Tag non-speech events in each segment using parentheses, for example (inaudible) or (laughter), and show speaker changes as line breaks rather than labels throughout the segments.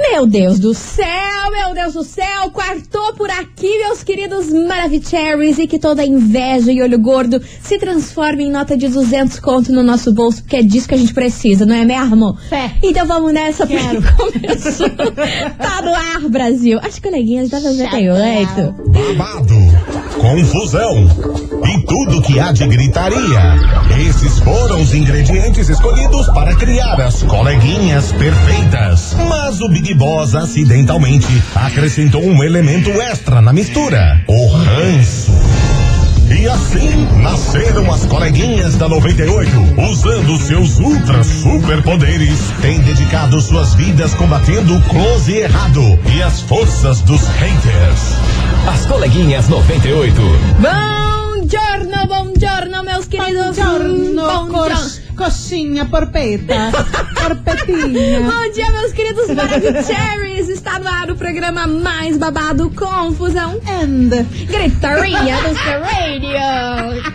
Meu Deus do céu, meu Deus do céu, quartou por aqui, meus queridos Maravicheries, e que toda inveja e olho gordo se transforme em nota de 200 conto no nosso bolso, porque é disso que a gente precisa, não é mesmo?
Fé.
Então vamos nessa, porque começou. tá no ar, Brasil. As coleguinhas da 98.
Babado, confusão e tudo que há de gritaria. Esses foram os ingredientes escolhidos para criar as coleguinhas perfeitas. Mas o Big Boss acidentalmente acrescentou um elemento extra na mistura: o ranço. E assim nasceram as coleguinhas da 98, usando seus ultra superpoderes, têm dedicado suas vidas combatendo o close e errado e as forças dos haters.
As coleguinhas 98.
Bom giorno, bom giorno, meus queridos.
Buongiorno,
Bom dia.
cos-
(laughs)
coxinha, porpeta, porpetinha.
Bom dia, meus queridos Maravicheries. Está no ar o programa mais babado, Confusão
And
Gritaria do seu radio.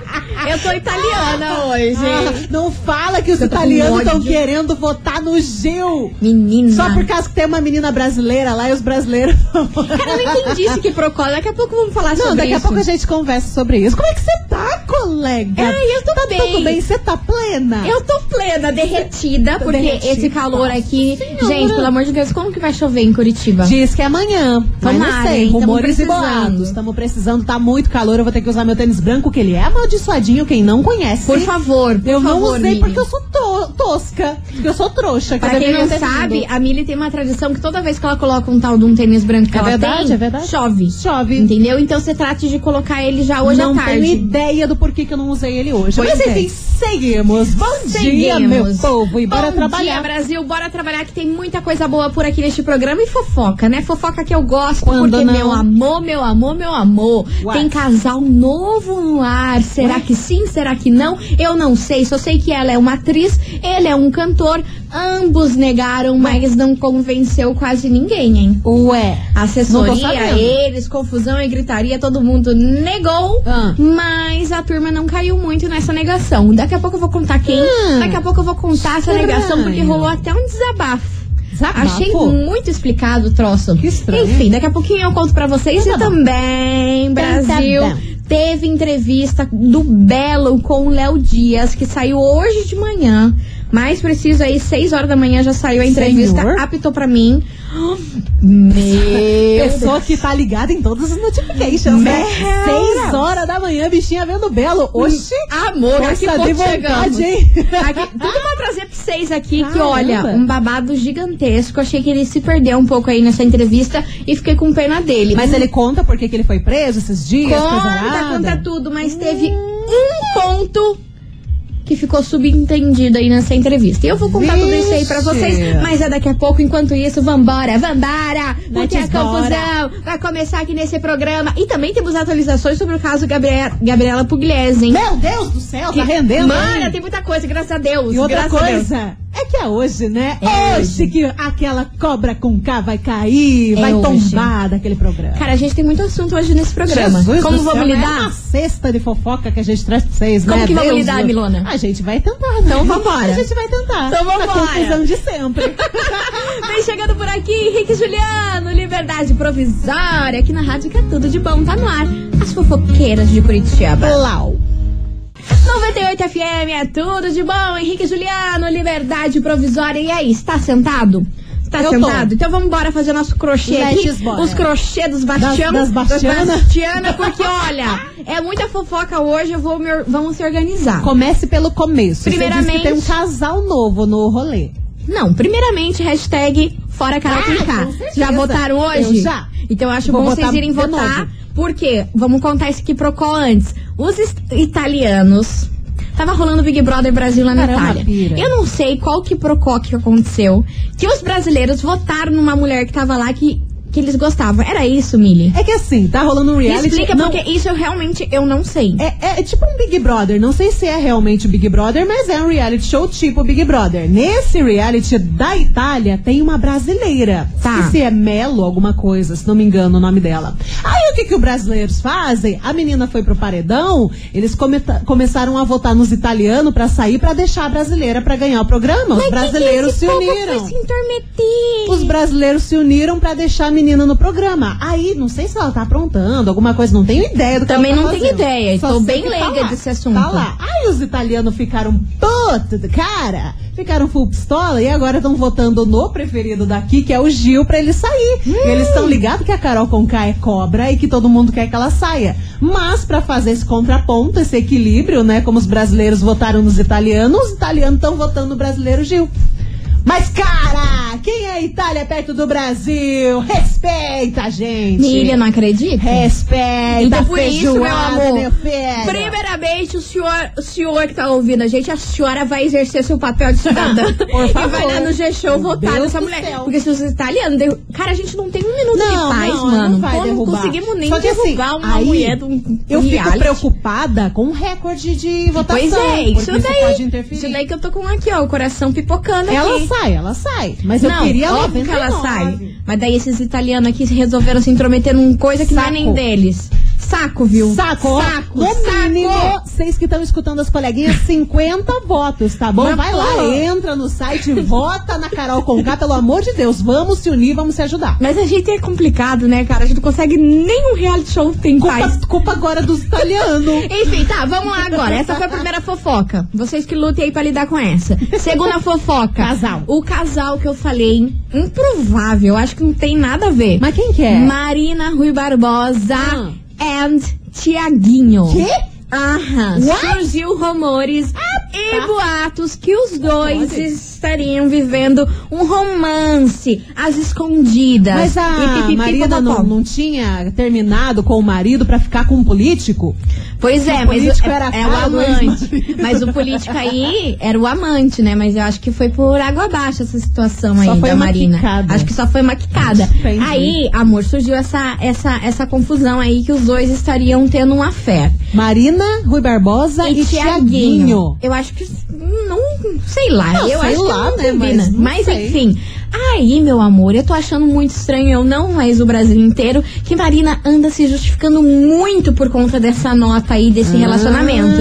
Eu sou italiana hoje.
Ah, não fala que os
tô tá com
italianos estão
ódio.
querendo votar no Gil.
Menina.
Só por causa que tem uma menina brasileira lá e os brasileiros. (laughs)
Cara, eu não entendi isso que procura. Daqui a pouco vamos falar
Não,
sobre
daqui a
isso.
pouco a gente conversa sobre isso. Como é que você tá, colega?
Ai, eu tô
tá
bem.
tudo bem? Você tá plena?
Eu tô plena, derretida,
Tô
porque
derretida.
esse calor aqui.
Senhora.
Gente, pelo amor de Deus, como que vai chover em Curitiba?
Diz que é amanhã. Mas não
Tomara,
sei,
hein? Tamo
rumores e
precisando.
boatos. Estamos precisando, tá muito calor. Eu vou ter que usar meu tênis branco, que ele é amaldiçoadinho, quem não conhece.
Por favor, por
Eu não
favor,
usei
Mili.
porque eu sou to- tosca. Porque eu sou trouxa. que
Pra
eu
quem
deveria
não
ter
sabe,
vindo.
a Mili tem uma tradição que toda vez que ela coloca um tal de um tênis branco que
É
ela
verdade,
tem,
é verdade.
chove.
Chove.
Entendeu? Então você trate de colocar ele já hoje
não
à tarde.
tenho ideia do porquê que eu não usei ele hoje.
Pois
Mas enfim,
é.
seguimos. Bom dia,
Seguimos.
meu povo. E bora
Bom dia,
trabalhar.
Brasil. Bora trabalhar que tem muita coisa boa por aqui neste programa. E fofoca, né? Fofoca que eu gosto.
Quando
porque,
não?
meu amor, meu amor, meu amor.
What?
Tem casal novo no ar. Será que sim? Será que não? Eu não sei. Só sei que ela é uma atriz, ele é um cantor. Ambos negaram, mas não convenceu quase ninguém, hein?
Ué. Não tô
Assessoria,
sabendo.
eles, confusão e gritaria, todo mundo negou,
Ah.
mas a turma não caiu muito nessa negação. Daqui a pouco eu vou contar quem,
Hum.
daqui a pouco eu vou contar essa
Estranho.
negação, porque rolou até um desabafo.
Desabafo?
Achei muito explicado o troço.
Que estranho.
Enfim, daqui a pouquinho eu conto pra vocês.
Então
e
tá bom.
também,
Então tá
Brasil,
bom.
teve entrevista do Belo com o Léo Dias, que saiu hoje de manhã. Mais preciso aí, 6 horas da manhã já saiu a entrevista,
Senhor.
apitou pra mim. Meu
Pessoa que tá ligada em todas as notifications, né?
Merda.
Seis horas da manhã, bichinha vendo belo.
Hum.
Oxi.
Amor, aqui
Força de
ponto
vontade,
chegamos.
hein?
Aqui, tudo pra trazer pra vocês aqui, que
Caramba.
olha, um babado gigantesco. Achei que ele se perdeu um pouco aí nessa entrevista e fiquei com pena dele.
Mas ele conta por que que ele foi preso esses dias, coisa
conta,
arada?
conta tudo, mas teve um ponto que ficou subentendido aí nessa entrevista. E eu vou contar tudo isso aí pra vocês,
Vixe.
mas é daqui a pouco. Enquanto isso, vambora, vambora! Porque a
Let's bora.
confusão vai começar aqui nesse programa. E também temos atualizações sobre o caso Gabriela, Gabriela Pugliese, hein?
Meu Deus do céu, tá rendendo. hein?
Mano, tem muita coisa, graças a Deus.
E outra
graças a Deus.
coisa, é que é hoje, né?
É
hoje que aquela cobra com K vai cair,
É
vai
hoje.
tombar daquele programa.
Cara, a gente tem muito assunto hoje nesse programa.
Jesus
Como
do
vamos
céu, É
lidar?
uma cesta de fofoca que a gente traz pra vocês,
Como
né?
que vamos
Deus
lidar,
do-
Milona?
A gente vai tentar, né? Então
vambora.
A gente vai tentar.
Então
A
vambora.
confusão
(laughs)
de sempre.
Vem chegando por aqui, Henrique e Juliano, Liberdade Provisória, aqui na rádio que é tudo de bom, tá no ar. As fofoqueiras de Curitiba.
Lau.
98 FM é tudo de bom, Henrique e Juliano, Liberdade Provisória. E aí, está sentado? Está
Eu tô.
sentado? Então vamos embora fazer nosso crochê
Let's
aqui.
bora.
Os crochê dos Bastião.
Das- das Bastiana.
Bastiana, porque olha, é muita fofoca hoje, eu vou me- vamos se organizar.
Comece pelo começo. Você
Primeiramente-
disse que tem um casal novo no rolê.
Não, primeiramente, hashtag fora Carol com K.
Ah, com certeza.
Já votaram hoje?
Eu já.
Então eu acho
Vou
bom
votar
vocês irem
de
votar.
novo.
Por quê? Vamos contar isso aqui pro Col antes. Os is- italianos. Tava rolando o Big Brother Brasil lá na
Caramba,
Itália.
pira.
Eu não sei qual que procó que aconteceu. Que os brasileiros votaram numa mulher que tava lá que, que eles gostavam. Era isso, Mili?
É que assim, tá rolando um
Me
reality.
explica,
não,
porque isso eu realmente eu não sei.
É, é- é tipo um Big Brother. Não sei se é realmente o Big Brother, mas é um reality show tipo Big Brother. Nesse reality da Itália tem uma brasileira.
Tá.
Esqueci, é Melo alguma coisa, se não me engano o nome dela. Aí o que que, que os brasileiros fazem? A menina foi pro paredão, eles cometa- começaram a votar nos italianos pra sair pra deixar a brasileira pra ganhar o programa. Os
é
brasileiros se uniram.
se intermeter.
Os brasileiros se uniram pra deixar a menina no programa. Aí, não sei se ela tá aprontando, alguma coisa, não tenho ideia do que
Também
ela tá
não tenho
fazendo.
ideia,
Só
tô
sei
bem
que
leiga
lá,
desse assunto.
Tá lá. Aí os italianos ficaram puto do cara, ficaram full pistola e agora estão votando no preferido daqui, que é o Gil, pra ele sair.
Hum.
E eles estão ligados que a Carol Conká é cobra e que todo mundo quer que ela saia. Mas pra fazer esse contraponto, esse equilíbrio, né, como os brasileiros votaram nos italianos, os italianos estão votando no brasileiro Gil. Mas, cara, quem é a Itália perto do Brasil? Respeita, a gente!
Milha, não acredito.
É, Respeita,
Então, por isso, meu
tá feijoada, né,
amor,
meu filho.
primeiramente, o senhor, o senhor que tá ouvindo a gente, a senhora vai exercer seu papel de cidadã.
(laughs) Por
e
favor.
vai lá no G-Show
Meu
votar
Deus
nessa
do
mulher.
céu.
Porque se você tá italiano, derru- cara, a gente não tem um minuto
Não,
de paz,
não,
mano.
não vai
Como
derrubar.
conseguimos nem
Só que assim,
derrubar uma
aí
mulher de um
Eu fico
reality?
preocupada com o recorde de votação.
Pois é,
porque
isso daí.
pode
Isso
interferir.
daí que eu tô com aqui, ó, o coração pipocando
Ela
aqui.
sai, ela sai. Mas eu
não,
queria
óbvio
99.
que ela sai. Mas daí esses italianos aqui resolveram se intrometer num coisa que
Saco.
não é nem deles. Saco, viu?
Saco,
Saco,
No
saco.
mínimo, vocês que estão escutando as coleguinhas, 50 votos, tá bom?
Mas,
Vai lá,
pô.
entra no site, vota na Carol Conká, pelo amor de Deus. Vamos se unir, vamos se ajudar.
Mas a gente é complicado, né, cara? A gente não consegue nenhum reality show tem paz.
Culpa, culpa agora dos italianos.
(laughs) Enfim, tá, vamos lá agora. Essa foi a primeira fofoca. Vocês que lutem aí pra lidar com essa. Segunda fofoca.
Casal.
O casal que eu falei, hein? improvável. Acho que não tem nada a ver.
Mas quem que é?
Marina Rui Barbosa
Ah.
and Tiaguinho.
Quê?
Aham,
What? Ah, tá.
surgiu rumores e boatos que os dois
pode.
estariam vivendo um romance às escondidas.
Mas
E
a
pipipi,
Marina
popopó.
não, não tinha terminado com o marido pra ficar com um político?
Pois é, mas o,
o político
é,
era
é
a
o
cara do
amante.
ex-marido.
Mas o político aí era o amante, né? Mas eu acho que foi por água abaixo essa situação aí
foi
da
uma
Marina.
quicada.
Acho que só foi uma quicada.
Entendi.
Aí, amor, surgiu essa, essa, essa confusão aí que os dois estariam tendo um fé.
Marina, Rui Barbosa e, Tiaguinho.
Eu acho que. Não. Sei lá.
Não,
eu
sei
acho
lá,
que não
né,
combina.
mas não sei.
enfim. Aí, meu amor, eu tô achando muito estranho, eu não, mas o Brasil inteiro, que Marina anda se justificando muito por conta dessa nota aí, desse
Ah.
relacionamento.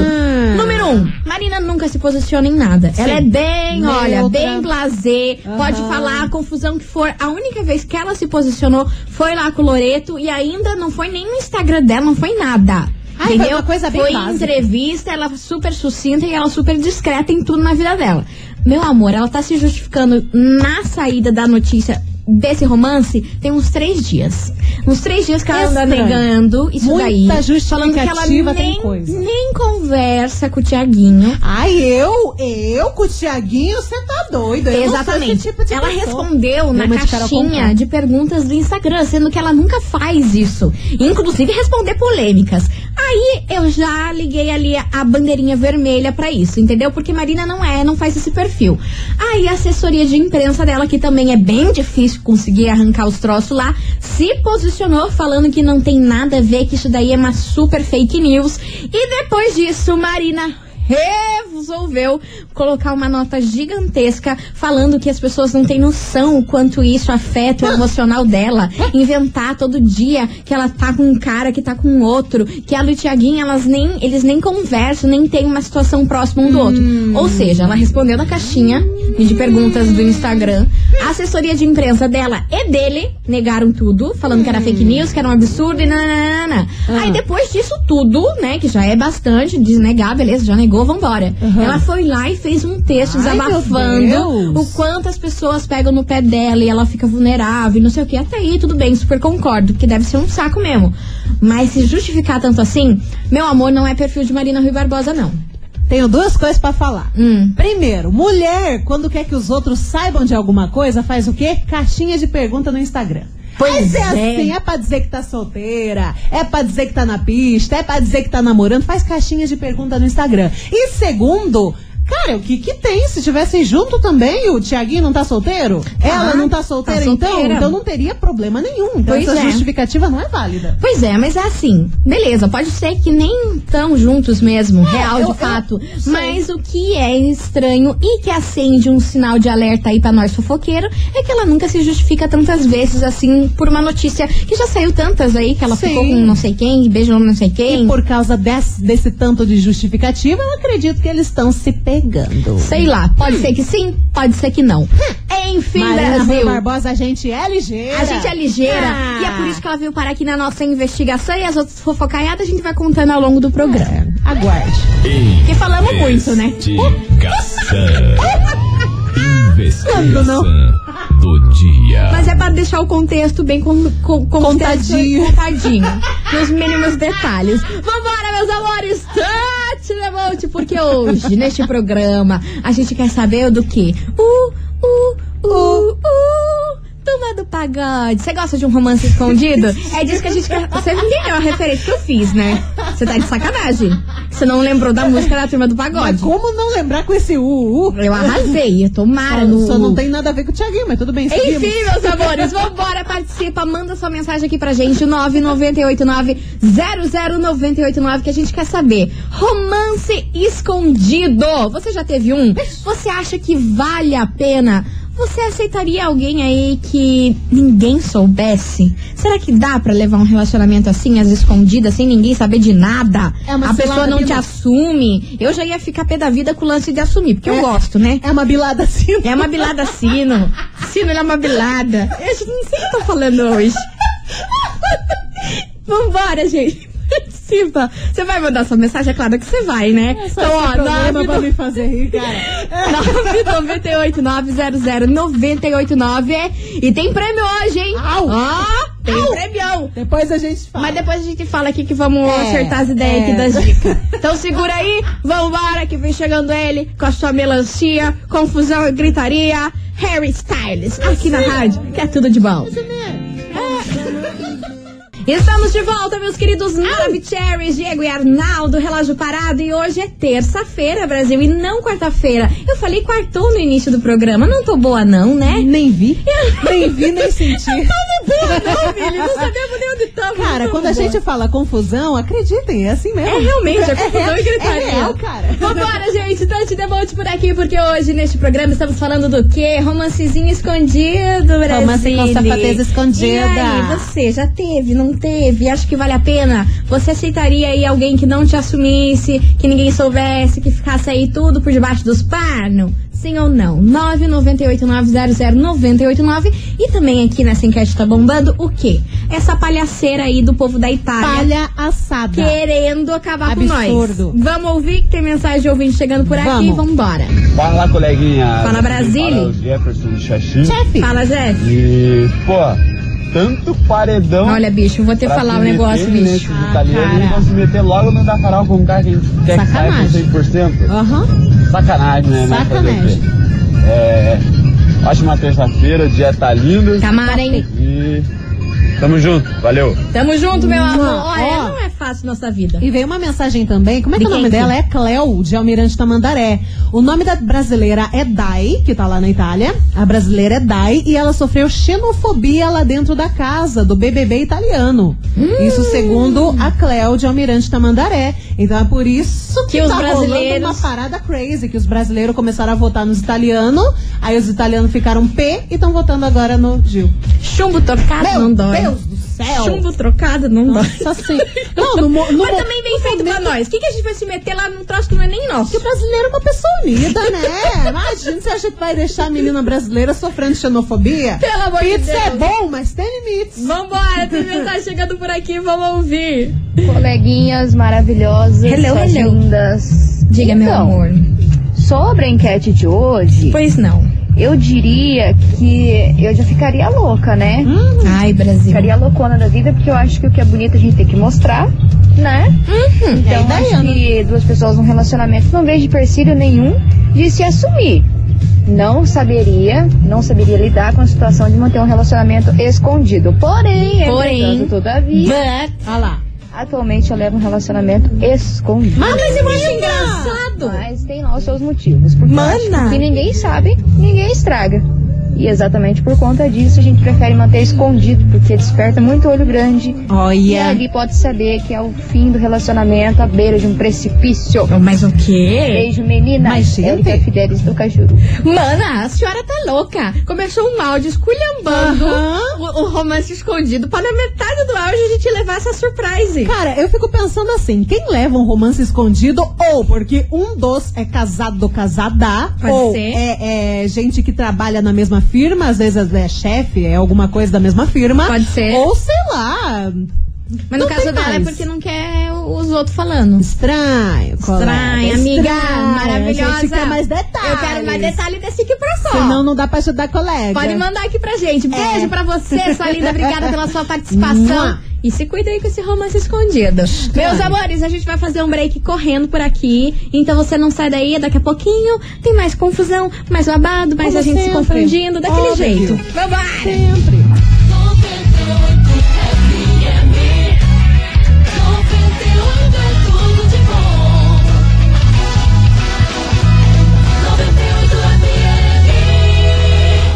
Número um, Marina nunca se posiciona em nada. Ela é bem, olha,
Neutra.
bem blazer,
Aham.
pode falar a confusão que for. A única vez que ela se posicionou foi lá com o Loreto e ainda não foi nem no Instagram dela, não foi nada.
Ai, foi
entendeu?
uma coisa bem
Foi
básica.
entrevista, ela super sucinta e ela super discreta em tudo na vida dela. Meu amor, ela tá se justificando na saída da notícia desse romance tem uns três dias. Uns três dias que ela anda
Estranho.
negando isso
Muita
daí. Falando que ela
justificativa
nem,
tem coisa.
nem conversa com o Tiaguinho.
Ai, eu, eu com o Tiaguinho, você tá doido. Eu não sou
Exatamente.
esse tipo de
ela
pessoa.
respondeu na
Realmente, Carol
caixinha
Conká.
de perguntas do Instagram, sendo que ela nunca faz isso. Inclusive responder polêmicas. Aí eu já liguei ali a- a bandeirinha vermelha pra isso, entendeu? Porque Marina não é, não faz esse perfil. Aí a assessoria de imprensa dela, que também é bem difícil conseguir arrancar os troços lá, se posicionou falando que não tem nada a ver, que isso daí é uma super fake news. E depois disso, Marina resolveu colocar uma nota gigantesca falando que as pessoas não têm noção o quanto isso afeta o emocional dela. Inventar todo dia que ela tá com um cara, que tá com outro, que ela e o Tiaguinho, elas nem, eles nem conversam, nem tem uma situação próxima um do outro.
Hum.
Ou seja, ela respondeu na caixinha de perguntas do Instagram. A assessoria de imprensa dela e dele negaram tudo, falando que era fake
Hum.
news, que era um absurdo e nananana.
Ah.
Aí depois disso tudo, né, que já é bastante, desnegar, beleza, já negou, vambora. Ela foi lá e fez um texto
Ai, meu
desabafando
Deus.
o quanto as pessoas pegam no pé dela e ela fica vulnerável e não sei o que. Até aí, tudo bem, super concordo, porque deve ser um saco mesmo. Mas se justificar tanto assim, meu amor, não é perfil de Marina Rui Barbosa, não.
Tenho duas coisas pra falar.
Hum.
Primeiro, mulher, quando quer que os outros saibam de alguma coisa, faz o quê? Caixinha de pergunta no Instagram.
Pois
Mas é,
é.
assim, é pra dizer que tá solteira, é pra dizer que tá na pista, é pra dizer que tá namorando, faz caixinha de pergunta no Instagram. E segundo, Cara, o que que tem? Se estivessem junto também, o Tiaguinho não tá solteiro? Ela
Ah,
não tá solteira,
tá
então?
solteira.
Então não teria problema nenhum. Então
Pois
essa
é.
justificativa não é válida.
Pois é, mas é assim, beleza, pode ser que nem tão juntos mesmo, real
É, eu-
de
eu
fato.
sei.
Mas o que é estranho e que acende um sinal de alerta aí pra nós fofoqueiro é que ela nunca se justifica tantas vezes assim por uma notícia que já saiu tantas aí, que ela
Sim.
ficou com não sei quem, beijou não sei
E
quem.
por causa desse, desse tanto de justificativa, eu acredito que eles estão se pegando.
Sei lá, pode ser que sim, pode ser que não. Enfim,
Hum. Marina Rui
Brasil.
Barbosa, a gente é ligeira.
A gente é ligeira
Ah.
e é por isso que ela veio parar aqui na nossa investigação e as outras fofocaiadas a gente vai contando ao longo do
É.
programa.
Aguarde.
Porque falamos muito, né?
Investigação. Investigação do dia.
Mas é pra deixar o contexto bem con- con- contexto-
Contadinho.
contadinho. nos mínimos detalhes. Vambora, meus amores! Tante levante, porque hoje, neste programa, a gente quer saber do que? Uh, uh, uh, uh. Turma do pagode. Você gosta de um romance escondido? É disso que a gente quer. Você entendeu a referência que eu fiz, né? Você tá de sacanagem. Você não lembrou da música da turma do
Mas
pagode.
como não lembrar com esse UU?
Eu arrasei, tomara no.
Só não tem nada a ver com o Tiaguinho, mas tudo bem. seguimos.
Enfim, meus amores, vambora, participa, manda sua mensagem aqui pra gente, o 998900989, que a gente quer saber. Romance escondido. Você já teve um? Você acha que vale a pena? Você aceitaria alguém aí que ninguém soubesse? Será que dá pra levar um relacionamento assim, às escondidas, sem ninguém saber de nada?
É uma
a pessoa
cilada
não te
que não-
assume. Eu já ia ficar pé da vida com o lance de assumir, porque eu
É.
gosto, né?
É uma bilada assim.
É uma bilada sino. Sino ele é uma bilada. Eu não sei o que eu tô falando hoje. Vambora, gente. Participa. Você vai mandar sua mensagem? É claro que você vai, né?
(laughs) É, Só esse problema pra me fazer rir, cara.
998900989. E tem prêmio hoje, hein?
Au.
Ó, tem
Au.
prêmio.
Depois a gente fala.
Mas depois a gente fala aqui que vamos
É,
acertar as ideias
é.
aqui das dicas.
(laughs)
Então segura aí, vambora que vem chegando ele com a sua melancia, confusão e gritaria. Harry Styles, aqui na rádio, que é tudo de bom. É. Estamos de volta, meus queridos Maravicheries, Diego e Arnaldo, relógio parado. E hoje é terça-feira, Brasil, e não quarta-feira. Eu falei quartou no início do programa, não tô boa não, né?
Nem vi. nem vi, nem senti.
(laughs) Não, filho, não sabemos nem onde estamos.
Cara, quando a gente fala confusão, acreditem, é assim mesmo.
É realmente, é confusão e gritaria.
É real, cara.
Vambora, gente, Dante Debolt por aqui, porque hoje neste programa estamos falando do quê? Romancezinho escondido, Brasil.
Romance com safadeza escondida.
E aí, você já teve, não teve? Acho que vale a pena? Você aceitaria aí alguém que não te assumisse, que ninguém soubesse, que ficasse aí tudo por debaixo dos panos? Sim ou não? 998900989 e também aqui nessa enquete tá bombando o quê? Essa palhaceira aí do povo da Itália
Palha assada.
querendo acabar
Absurdo.
com nós. Vamos ouvir que tem mensagem de ouvinte chegando por aqui.
Vamos.
Vambora.
Fala, coleguinha.
Fala, Brasília.
Fala, o Jefferson do Xaxim.
Chefe.
Fala, Jeff.
E, pô, tanto paredão.
Olha, bicho, eu vou te
pra
falar
se
um
meter
negócio,
nesses
bicho. Ah,
italianos,
cara.
eles vão se meter logo no da farol com um cara que a gente quer que saia
Sacanagem.
com 100%.
Aham.
Sacanagem, né? Mas fazer o quê?
Sacanagem.
É. Ótima terça-feira, o dia tá
né?
lindo.
Camara, hein?
E. Tamo junto, valeu.
Tamo junto, meu amor. Olha,
ó.
não é fácil nossa vida.
E veio uma mensagem também. Como é que
De
é o nome
quem que?
dela? É Cleo, de Almirante Tamandaré. O nome da brasileira é Dai, que tá lá na Itália. A brasileira é Dai e ela sofreu xenofobia lá dentro da casa do BBB italiano.
Hum.
Isso segundo a Cleo, de Almirante Tamandaré. Então é por isso que,
Que os
tá rolando
brasileiros-
uma parada crazy, que os brasileiros começaram a votar nos italianos, aí os italianos ficaram P e estão votando agora no Gil.
Chumbo trocado Ah, não
Meu
dói.
Deus do céu!
Chumbo trocado não dói.
Nossa senhora. Não, no, mo- no
Mas
mo-
também vem feito pra nós. O que, que a gente vai se meter lá num troço que não é nem
Porque o
nosso?
brasileiro é uma pessoa unida, né? Imagina, você acha que vai deixar a menina brasileira sofrendo xenofobia?
Pelo amor de
Pizza é
Deus.
bom, mas tem limites.
Vambora, tem mensagem chegando por aqui, vamos ouvir.
Coleguinhas maravilhosas,
Hello,
suas
hello.
lindas.
Diga, meu
Então,
amor.
Sobre a enquete de hoje,
Pois não.
eu diria que eu já ficaria louca, né?
Hum? Ai, Brasil.
Ficaria loucona da vida, porque eu acho que o que é bonito a gente tem que mostrar, né?
É,
Então,
E aí,
acho
né?
Dayana?
que duas pessoas num relacionamento não vejo persílio nenhum de se assumir. Não saberia, não saberia lidar com a situação de manter um relacionamento escondido. Porém,
Porém,
entretanto, todavia,
But...
Olha lá.
Atualmente eu levo um relacionamento escondido.
é
Ah, mas eu acho engraçado.
Mas tem lá os seus motivos. Porque eu acho
Mana.
que ninguém sabe, ninguém estraga. E exatamente por conta disso a gente prefere manter escondido, porque desperta muito olho grande. E
Olha.
ali pode saber que é o fim do relacionamento à beira de um precipício.
Então,
Oh, Mas o quê?
Beijo, menina.
Mas, gente.
Érica Fidelis do Cajuru.
Mana, a senhora tá louca. Começou um áudio esculhambando
Aham.
o, o romance escondido. Para na metade do áudio a gente levar essa surprise.
Cara, eu fico pensando assim, quem leva um romance escondido ou porque um dos é casado do casada,
Pode
ou
ser.
É, é gente que trabalha na mesma firma, às vezes é chefe, é alguma coisa da mesma firma.
Pode ser.
Ou sei lá,
Mas no
não
caso
tem
dela é
mais.
porque não quer os outros falando.
estranho. colega,
Estranha, amiga, maravilhosa.
A gente quer mais detalhes.
Eu quero mais detalhe desse que pra só.
Senão não dá pra ajudar a colega.
Pode mandar aqui pra gente. Beijo pra você, sua linda. Obrigada pela sua participação.
É. Mua.
E se cuida aí com esse romance escondido. Meus amores, a gente vai fazer um break correndo por aqui. Então você não sai daí. Daqui a pouquinho tem mais confusão, mais babado, mais
Como
a gente se
sempre.
confundindo. Daquele
Óbvio.
jeito. Vambora!
Sempre.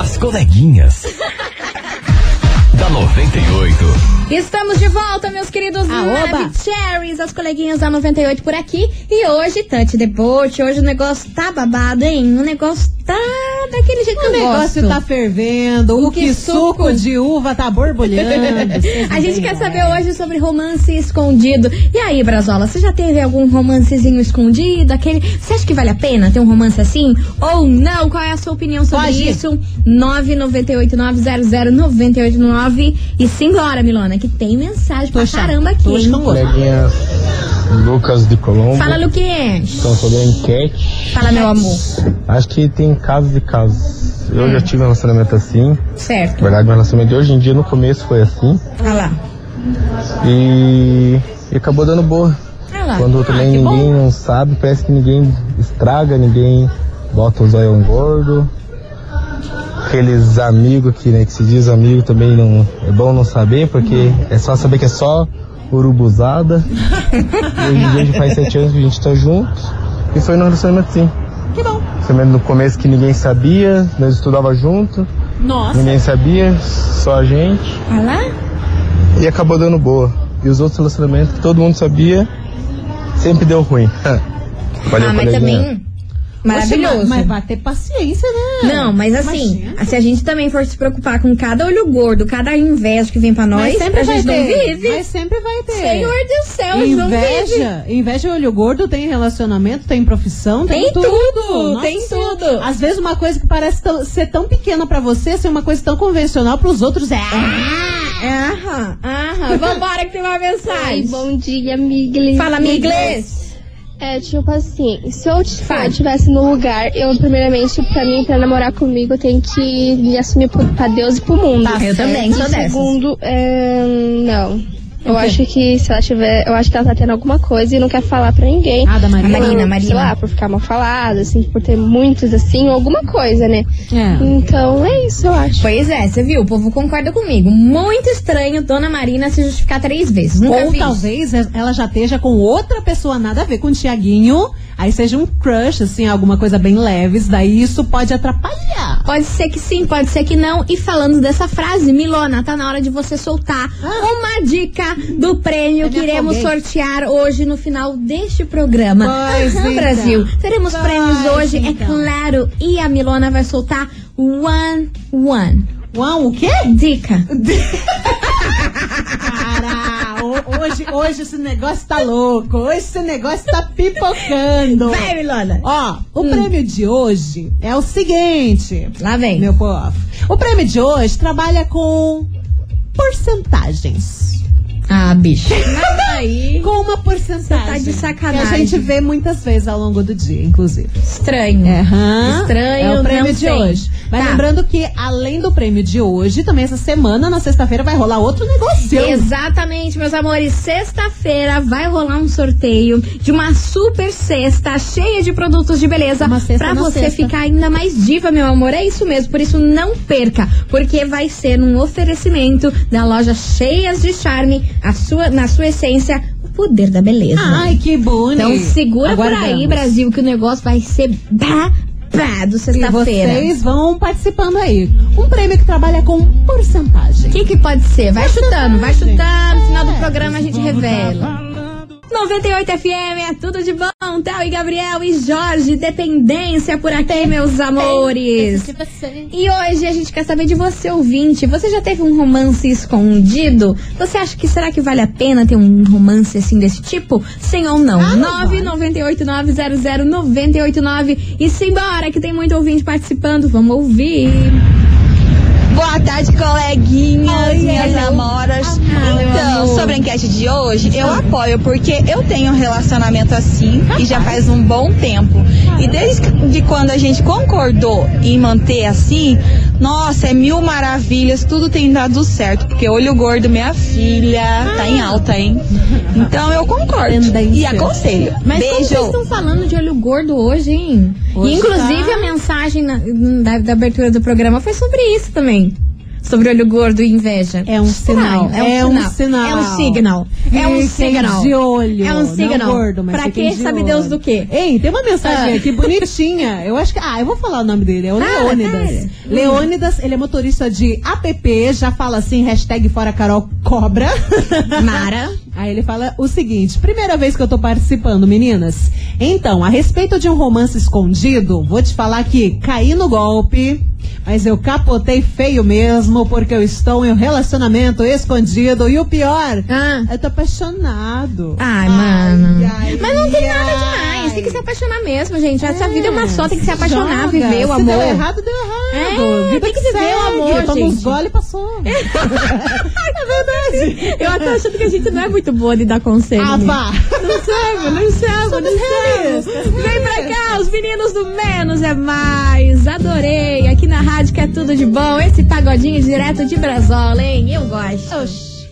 As coleguinhas. da 98.
Estamos de volta, meus queridos
Aoba!
Cherries, as coleguinhas da 98 por aqui. E hoje, Tante Debote, hoje o negócio tá babado, hein? O negócio tá daquele jeito que
O
eu gosto.
negócio tá fervendo, o,
que
que suco, de uva tá borbulhando. Vocês
(laughs)
não
A gente
têm
quer
ideia.
saber hoje sobre romance escondido. E aí, Brazola, você já teve algum romancezinho escondido? Aquele. Você acha que vale a pena ter um romance assim? Ou não? Qual é a sua opinião sobre
Pode.
isso? 998900989. E simbora, Milona, que tem mensagem pra
Tô chata.
caramba aqui.
Hoje
hein?
não gosto.
Coleguinhas Lucas de Colombo.
Fala, Luquinhas.
Então, sobre a enquete,
Fala, meu amor.
acho que tem casos e casos. Eu já tive um relacionamento assim. Na
Certo.
verdade, meu relacionamento de hoje em dia, no começo, foi assim.
Olha lá.
E, e acabou dando boa.
Olha
Ah,
lá.
Quando também
que bom.
ninguém não sabe, parece que ninguém estraga, ninguém bota um zoião gordo. Aqueles amigos que, né, que se diz amigo também não é bom não saber, porque é só saber que é só
(laughs)
urubuzada. e hoje em dia já faz sete anos que a gente tá junto. E foi num relacionamento assim.
Que bom.
Relacionamento no começo que ninguém sabia, nós estudava junto,
Nossa.
ninguém sabia, só a gente.
Olha lá.
E acabou dando boa. E os outros relacionamentos que todo mundo sabia, sempre deu ruim. (laughs) Valeu,
ah, mas
coleguinha.
também. Maravilhoso.
Mas, mas vai ter paciência, né?
Não, mas assim,
Imagina.
se a gente também for se preocupar com cada olho gordo, cada inveja que vem pra nós,
Mas sempre
a
vai
gente não
ter.
vive.
Mas sempre vai ter.
Senhor do céu, a gente não vive.
Inveja, inveja é olho gordo, tem relacionamento, tem profissão, tem,
Tem tudo,
Nossa,
tem tudo.
Às vezes uma coisa que parece tão- ser tão pequena pra você, ser uma coisa tão convencional pros outros é. Ah,
Aham,
(laughs)
aham. Vambora que tem uma mensagem.
bom dia, Miglis.
Fala, minha inglês.
É, tipo assim, se eu t-
Fala.
eu estivesse no lugar, eu, primeiramente, pra mim, pra namorar comigo, eu tenho que me assumir pro- pra Deus e pro mundo.
Tá, eu também sou
E
dessas.
Segundo, é, não. Eu acho que se ela tiver. Eu acho que ela tá tendo alguma coisa e não quer falar pra ninguém.
A Ah,
da Maria.
Marina,
Por,
Marina.
Sei lá, por ficar mal falada, assim, por ter muitos, assim, alguma coisa, né?
Ah.
É.
Então é isso, eu acho.
Pois é, você viu? O povo concorda comigo. Muito estranho Dona Marina se justificar três vezes. Nunca
Ou
vi.
talvez é, ela já esteja com outra pessoa nada a ver com o Tiaguinho. Aí seja um crush, assim, alguma coisa bem leve. isso Daí isso pode atrapalhar.
Pode ser que sim, pode ser que não. E falando dessa frase, Milona, tá na hora de você soltar uma dica do prêmio
Ah. Eu
que
me
iremos
afoguei.
sortear hoje no final deste programa.
Pois
Aham,
então.
Brasil. Teremos
Pois
prêmios hoje, é
então.
claro. E a Milona vai soltar One One.
Uau, o quê?
Dica.
Cara, ho- hoje, hoje esse negócio tá louco. Hoje esse negócio tá pipocando.
Vai, Milona.
Ó, o prêmio de hoje é o seguinte,
Lá vem.
meu povo. O prêmio de hoje trabalha com porcentagens.
Ah, bicho. Mas aí.
Com uma porcentagem.
Você tá de sacanagem.
Que a gente vê muitas vezes ao longo do dia, inclusive.
Estranho.
É, hã?
Estranho,
É o prêmio
não
de
sei.
hoje. Mas
Tá.
lembrando que, além do prêmio de hoje, também essa semana, na sexta-feira, vai rolar outro negócio.
Exatamente, meus amores. Sexta-feira vai rolar um sorteio de uma super cesta cheia de produtos de beleza
Uma cesta
pra
na
você
cesta.
ficar ainda mais diva, meu amor. É isso mesmo, por isso não perca, porque vai ser um oferecimento da loja Cheias de Charme a sua, na sua essência, o poder da beleza.
Ai, que bonito.
então segura por
Aguardamos.
aí, Brasil, que o negócio vai ser babado
E
sexta-feira.
vocês vão participando aí. Um prêmio que trabalha com porcentagem.
O que, que pode ser? Vai chutando, vai
Porcentagem.
chutando. No final do
É,
programa a gente
vamos
revela.
tá
98 FM, é tudo de bom. Théo e Gabriel e Jorge, dependência por aqui, meus amores. E hoje a gente quer saber de você, ouvinte. Você já teve um romance escondido? Você acha que será que vale a pena ter um romance assim desse tipo? Sim ou não?
Ah, não
998900989 e simbora que tem muito ouvinte participando. Vamos ouvir.
Boa tarde, coleguinhas,
Oi,
minhas
eu.
namoras.
Ah, meu
então,
amor.
sobre a enquete de hoje, eu apoio, porque eu tenho um relacionamento assim e já faz um bom tempo. E desde que- de quando a gente concordou em manter assim, nossa, é mil maravilhas, tudo tem dado certo. Porque olho gordo, minha filha, tá
Ah.
em alta, hein? Então eu concordo. E
Tendência.
aconselho.
Mas como vocês
Beijo.
estão falando de olho gordo hoje, hein?
Hoje
e inclusive
tá.
a mensagem na- da, da abertura do programa foi sobre isso também. Sobre olho gordo e inveja.
É um
Estranho,
sinal.
É um sinal. É um signal. É um
Fiquem
signal.
De olho.
É um
Não
signal.
gordo, mas
pra
fiquem
que
de
sabe
olho.
Deus do quê?
Ei, tem uma mensagem
Ah.
aqui bonitinha. Eu acho que. Ah, eu vou falar o nome dele. É o
Fala,
Leônidas.
fala.
Leônidas, ele é motorista de app, já fala assim, hashtag fora Carol Cobra. (laughs)
Mara.
Aí ele fala o seguinte: primeira vez que eu tô participando, meninas. Então, a respeito de um romance escondido, vou te falar que caí no golpe, mas eu capotei feio mesmo, porque eu estou em um relacionamento escondido. E o pior,
Ah.
eu tô apaixonado.
Ai, mano.
ai,
Mas não tem nada
ai.
demais. Tem que se apaixonar mesmo, gente. Essa vida é uma só, tem que se apaixonar,
Joga.
viver o
Se deu
amor.
errado, deu errado.
É,
Vida
tem que viver o
segue.
amor,
Toma
gente.
uns
(laughs)
gole e passou.
É verdade. Eu tô achando que a gente não é muito boa de dar conselho.
Ah,
né?
vá. Não serve, não serve, não serve.
Vem pra cá, os meninos do Menos é Mais. Adorei. Aqui na rádio que é tudo de bom. Esse pagodinho direto de Brasola, hein? Eu gosto.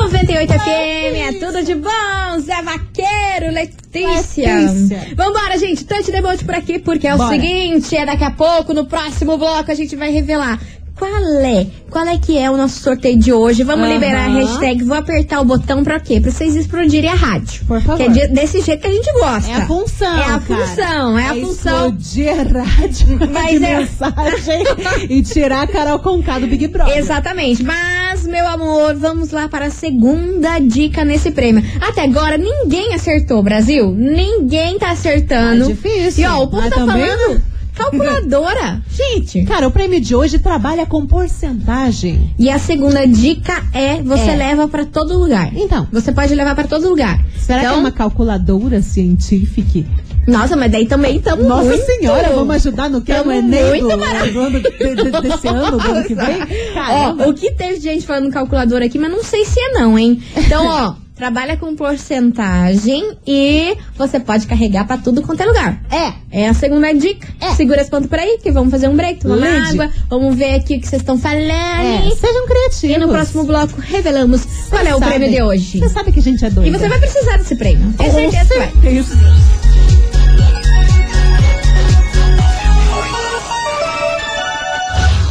98 FM, é tudo de bom. Zé Vaqueiro, Letícia.
Letícia.
Vambora, gente. Tante Debote por aqui, porque é o
Bora.
seguinte: é daqui a pouco, no próximo bloco, a gente vai revelar. Qual é? Qual é que é o nosso sorteio de hoje? Vamos
Aham.
liberar a hashtag. Vou apertar o botão pra quê? Pra vocês explodirem a rádio.
Por favor.
Que é de- desse jeito que a gente gosta.
É a função.
É a
cara.
função, é a função.
Explodir
(laughs)
rádio
Mas
de
é-
mensagem e tirar a Carol Conká do Big Brother.
Exatamente. Mas, meu amor, vamos lá para a segunda dica nesse prêmio. Até agora, ninguém acertou, Brasil. Ninguém tá acertando.
É difícil.
E ó, o povo
Mas
tá
também
falando. (laughs) Calculadora. Gente.
Cara, o prêmio de hoje trabalha com porcentagem.
E a segunda dica é: você
É.
leva pra todo lugar.
Então.
Você pode levar pra todo lugar.
Será
então,
que é uma calculadora científica?
Nossa, mas daí também estamos.
Nossa senhora, vamos ajudar no que é o
Tamo
Enem do,
Então, muito
do ano, de- de- desse ano, do ano que vem? Caramba.
Ó, o que teve gente falando calculadora aqui, mas não sei se é não, hein? Então,
(laughs)
ó, trabalha com porcentagem e você pode carregar pra tudo quanto é lugar.
É.
É a segunda dica. Segura esse ponto por aí, que vamos fazer um break, tomar uma
Lady.
água, vamos ver aqui o que vocês estão falando.
É, sejam criativos.
E no próximo bloco revelamos qual é o prêmio de hoje.
Você sabe que a gente é doido.
E você vai precisar desse prêmio. É certeza que vai.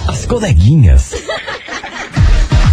As coleguinhas.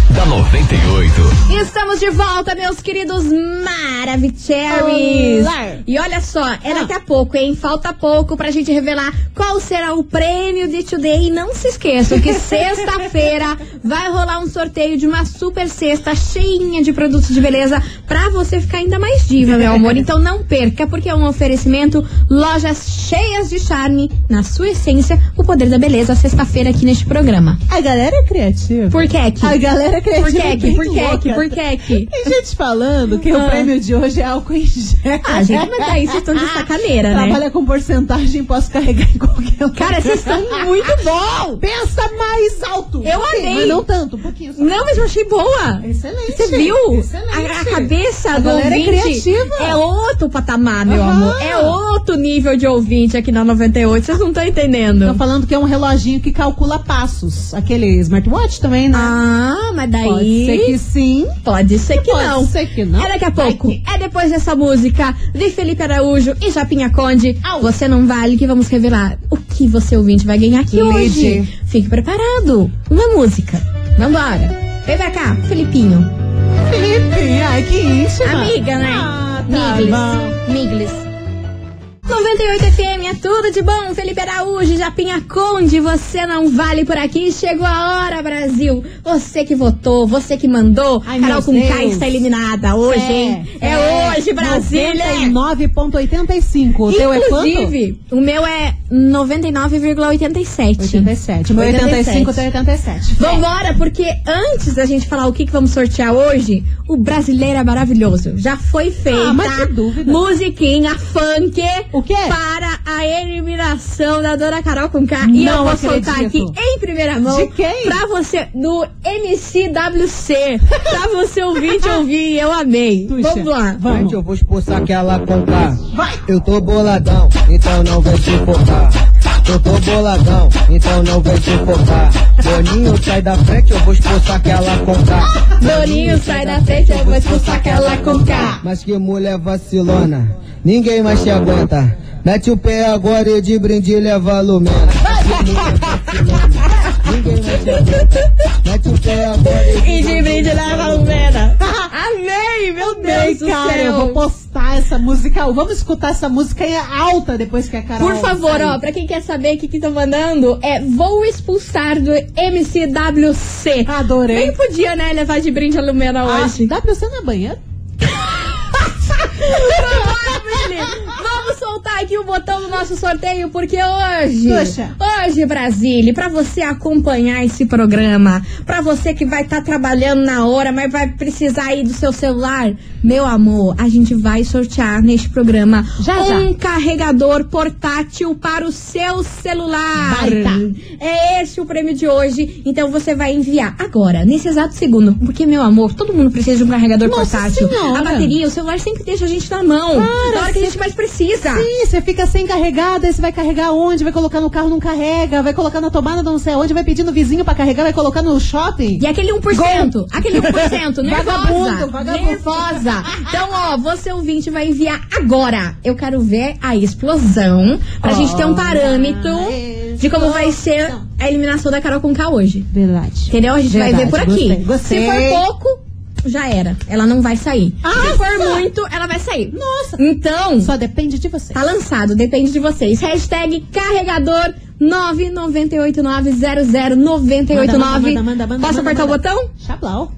da 98.
Estamos de volta, meus queridos Maravicheries.
Olá. Ah.
E olha só, é daqui a pouco, hein? Falta pouco pra gente revelar qual será o prêmio de Today. E não se esqueçam
(laughs)
que sexta-feira vai rolar um sorteio de uma super cesta cheinha de produtos de beleza pra você ficar ainda mais diva, meu
(laughs)
amor. Então não perca, porque é um oferecimento lojas cheias de charme, na sua essência, o poder da beleza, sexta-feira aqui neste programa.
A galera é criativa.
Por que aqui?
A galera é criativa.
Por que
é
aqui?
bem
Por que aqui?
louca.
Por que aqui?
Tem gente falando que
Ah.
o prêmio de hoje é álcool em (laughs) gel.
Ah, gente, mas daí vocês estão de sacaneira, né?
Trabalha com porcentagem, posso carregar em qualquer lugar.
Cara, vocês estão muito bom!
Pensa mais alto.
Eu
Um pouquinho,
amei.
Mas não tanto, um pouquinho só.
Não, mas eu achei boa!
Excelente.
Você viu?
Excelente.
A, a cabeça do
galera é
ouvinte
criativa.
é, outro patamar, meu
Aham.
amor. É outro nível de ouvinte aqui na 98. Vocês não estão
Estão
entendendo.
falando que é um reloginho que calcula passos. Aquele smartwatch também, né?
Ah, mas daí.
Pode ser que sim.
pode ser que
pode
não.
ser que não.
É daqui a pouco. É depois dessa música de Felipe Araújo e Japinha Conde. Você não vale que vamos revelar o que você ouvinte vai ganhar aqui
Lady.
hoje. Fique preparado. Uma música. Vambora. Vem pra cá, Felipinho.
Felipe. Felipe! Ai, que íntima!
Amiga, né?
Ah, tá bom.
Miglis. Miglis. 98 FM é tudo de bom. Felipe Araújo, Japinha Conde, você não vale por aqui. Chegou a hora, Brasil. Você que votou, você que mandou.
Ai,
Carol
meu
com K
Deus.
está eliminada hoje,
É,
hein? É, hoje, Brasília.
99,85. O teu é quanto?
Inclusive, o meu é 99,87.
87. Meu é 85 teu 87.
Vambora, porque antes da gente falar o que, que vamos sortear hoje, o brasileiro é maravilhoso. Já foi feita
Ah, mas sem dúvida.
musiquinha funk
O quê?
para a eliminação da dona Carol Conká. e eu
Não
vou
acredito.
soltar aqui em primeira mão
De quem?
pra você, do MCWC, pra você ouvir te ouvir. Eu amei.
Tuxa,
Vamos lá.
Vamos.
eu vou expulsar aquela conca. Eu tô boladão, então não vem se importar. Eu tô boladão, então não vem se importar.
(laughs)
Boninho, sai da frente, eu vou expulsar aquela conca.
Doninho, sai da frente, eu vou expulsar aquela Conká.
Mas que mulher vacilona, ninguém mais te aguenta. Mete o pé agora e de brinde leva a lumena. Ninguém mais te aguenta. Mete o pé agora e
E de brinde leva a Lumena. Amei, meu
Ei,
Deus do
cara, eu
céu.
vou postar essa música. Vamos escutar essa música aí alta depois que a Carol.
Por favor,
sair.
ó, pra quem quer saber o que estão mandando, é Vou Expulsar do MCWC.
Adorei.
Nem podia, né, levar de brinde a Lumena
Ah,
hoje.
dá pra você ir na banheira?
Vambora, Brasil. Vamos soltar aqui o botão do nosso sorteio, porque hoje,
Puxa.
hoje, Brasília, pra você acompanhar esse programa, pra você que vai estar trabalhando na hora, mas vai precisar aí do seu celular, meu amor, a gente vai sortear neste programa
Já, já.
um carregador portátil para o seu celular.
Baita.
É esse o prêmio de hoje. Então você vai enviar agora, nesse exato segundo, porque, meu amor, todo mundo precisa de um carregador
Nossa
portátil.
Senhora.
A bateria, o celular sempre deixa a gente na mão.
Cara,
na hora que a
se-
gente mais precisa.
Sim, você fica sem carregada, aí você vai carregar onde? Vai colocar no carro, não carrega. Vai colocar na tomada, não sei onde. Vai pedir no vizinho pra carregar, vai colocar no shopping.
E aquele 1%, aquele 1%, (laughs) nervosa,
Vagabundo, vagabundo.
nervosa. Então, ó, você ouvinte vai enviar agora. Eu quero ver a explosão pra gente ter um parâmetro
Olha a
de como vai ser
explosão.
a eliminação da Carol Conká hoje.
Verdade.
Entendeu? A gente vai
Verdade,
ver por aqui.
gostei, gostei.
Se for pouco, já era. Ela não vai sair.
Ah,
Se for
só-
muito, ela vai sair.
Nossa.
Então,
Só depende de você.
Tá lançado, depende de vocês. Hashtag carregador 998900989.
Manda, manda, manda, manda,
Posso
manda,
apertar
manda.
o botão?
Chablau.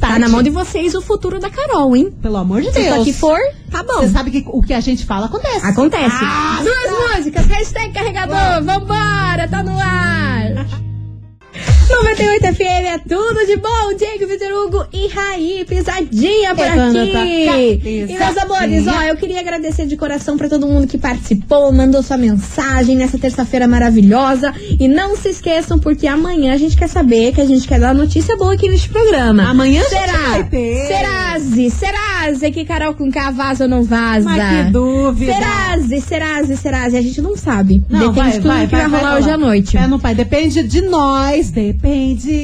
Tá na mão de vocês o futuro da Carol, hein?
Pelo amor de
Se isso
Deus.
aqui for, tá bom.
Você sabe que o que a gente fala acontece.
Acontece.
Ah,
Duas músicas, hashtag carregador, vambora, tá no ar. 98 FM é tudo de bom, Diego Vitor Hugo e Raí Pisadinha por
Levando a tua
aqui. E meus
pisadinha.
amores, ó, eu queria agradecer de coração pra todo mundo que participou, mandou sua mensagem nessa terça-feira maravilhosa. E não se esqueçam, porque amanhã a gente quer saber, que a gente quer dar notícia boa aqui neste programa.
Amanhã a gente
será?
vai ter.
Seraze, Seraze, é que Carol com K vaza ou não vaza?
Mas que dúvida.
Seraze, Seraze, Seraze. A gente não sabe.
Não,
Depende
vai,
de tudo
vai, É,
que vai, rolar hoje à noite.
Pé no pai, depende de nós, depende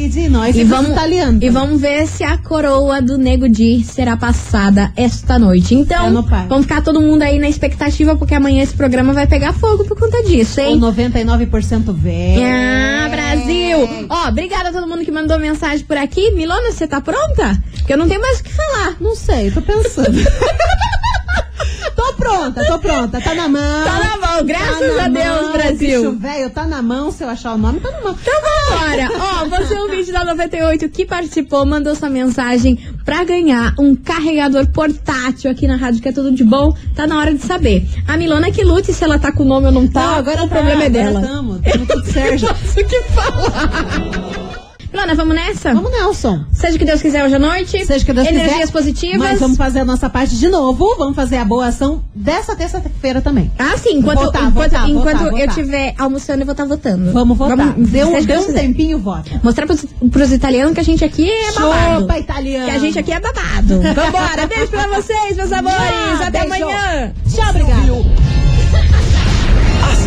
de nós. tá
E
dos
vamos,
italianos.
e vamos ver se a coroa do Nego Di será passada esta noite.
É
Então,
no par.
vamos ficar todo mundo aí na expectativa, porque amanhã esse programa vai pegar fogo por conta disso,
O
hein?
99% vem.
Ah, Brasil! Ó, obrigada a todo mundo que mandou mensagem por aqui. Milona, você tá pronta? Porque eu não tenho mais o que falar.
Não sei, tô
(laughs)
pensando. tô pronta, tô pronta. Tá na mão.
Tá na mão, graças
na
a Deus,
mão,
Brasil.
Bicho velho, tá na mão. Se eu achar o nome, tá na mão.
Então vambora! Ó, você é o vídeo da 98 que participou, mandou sua mensagem pra ganhar um carregador portátil aqui na rádio, que é tudo de bom. Tá na hora de saber. A Milona que lute se ela tá com o nome ou não tá.
Não,
agora o
tá,
problema é
agora
dela.
Tamo, tamo tudo
(laughs)
Sérgio.
Nossa, o que falar? Milona, vamos nessa?
Vamos, Nelson.
Seja o que Deus quiser hoje à noite.
Seja o que Deus
Energias
quiser.
positivas.
Mas vamos fazer a nossa parte de novo. Vamos fazer a boa ação dessa terça-feira também.
Ah, sim, enquanto,
Votar,
enquanto,
votar,
enquanto
votar,
eu
votar.
estiver almoçando, eu vou estar votando.
Vamos votar. Deu,
seja o que
deu
Deus
um
quiser.
tempinho, vota.
Mostrar pros, pros italianos que a gente aqui é babado.
Chupa, italiano.
Que a gente aqui é babado. Vambora, beijo pra vocês, meus amores.
Ah,
Até
beijo.
amanhã.
Tchau, obrigada.
As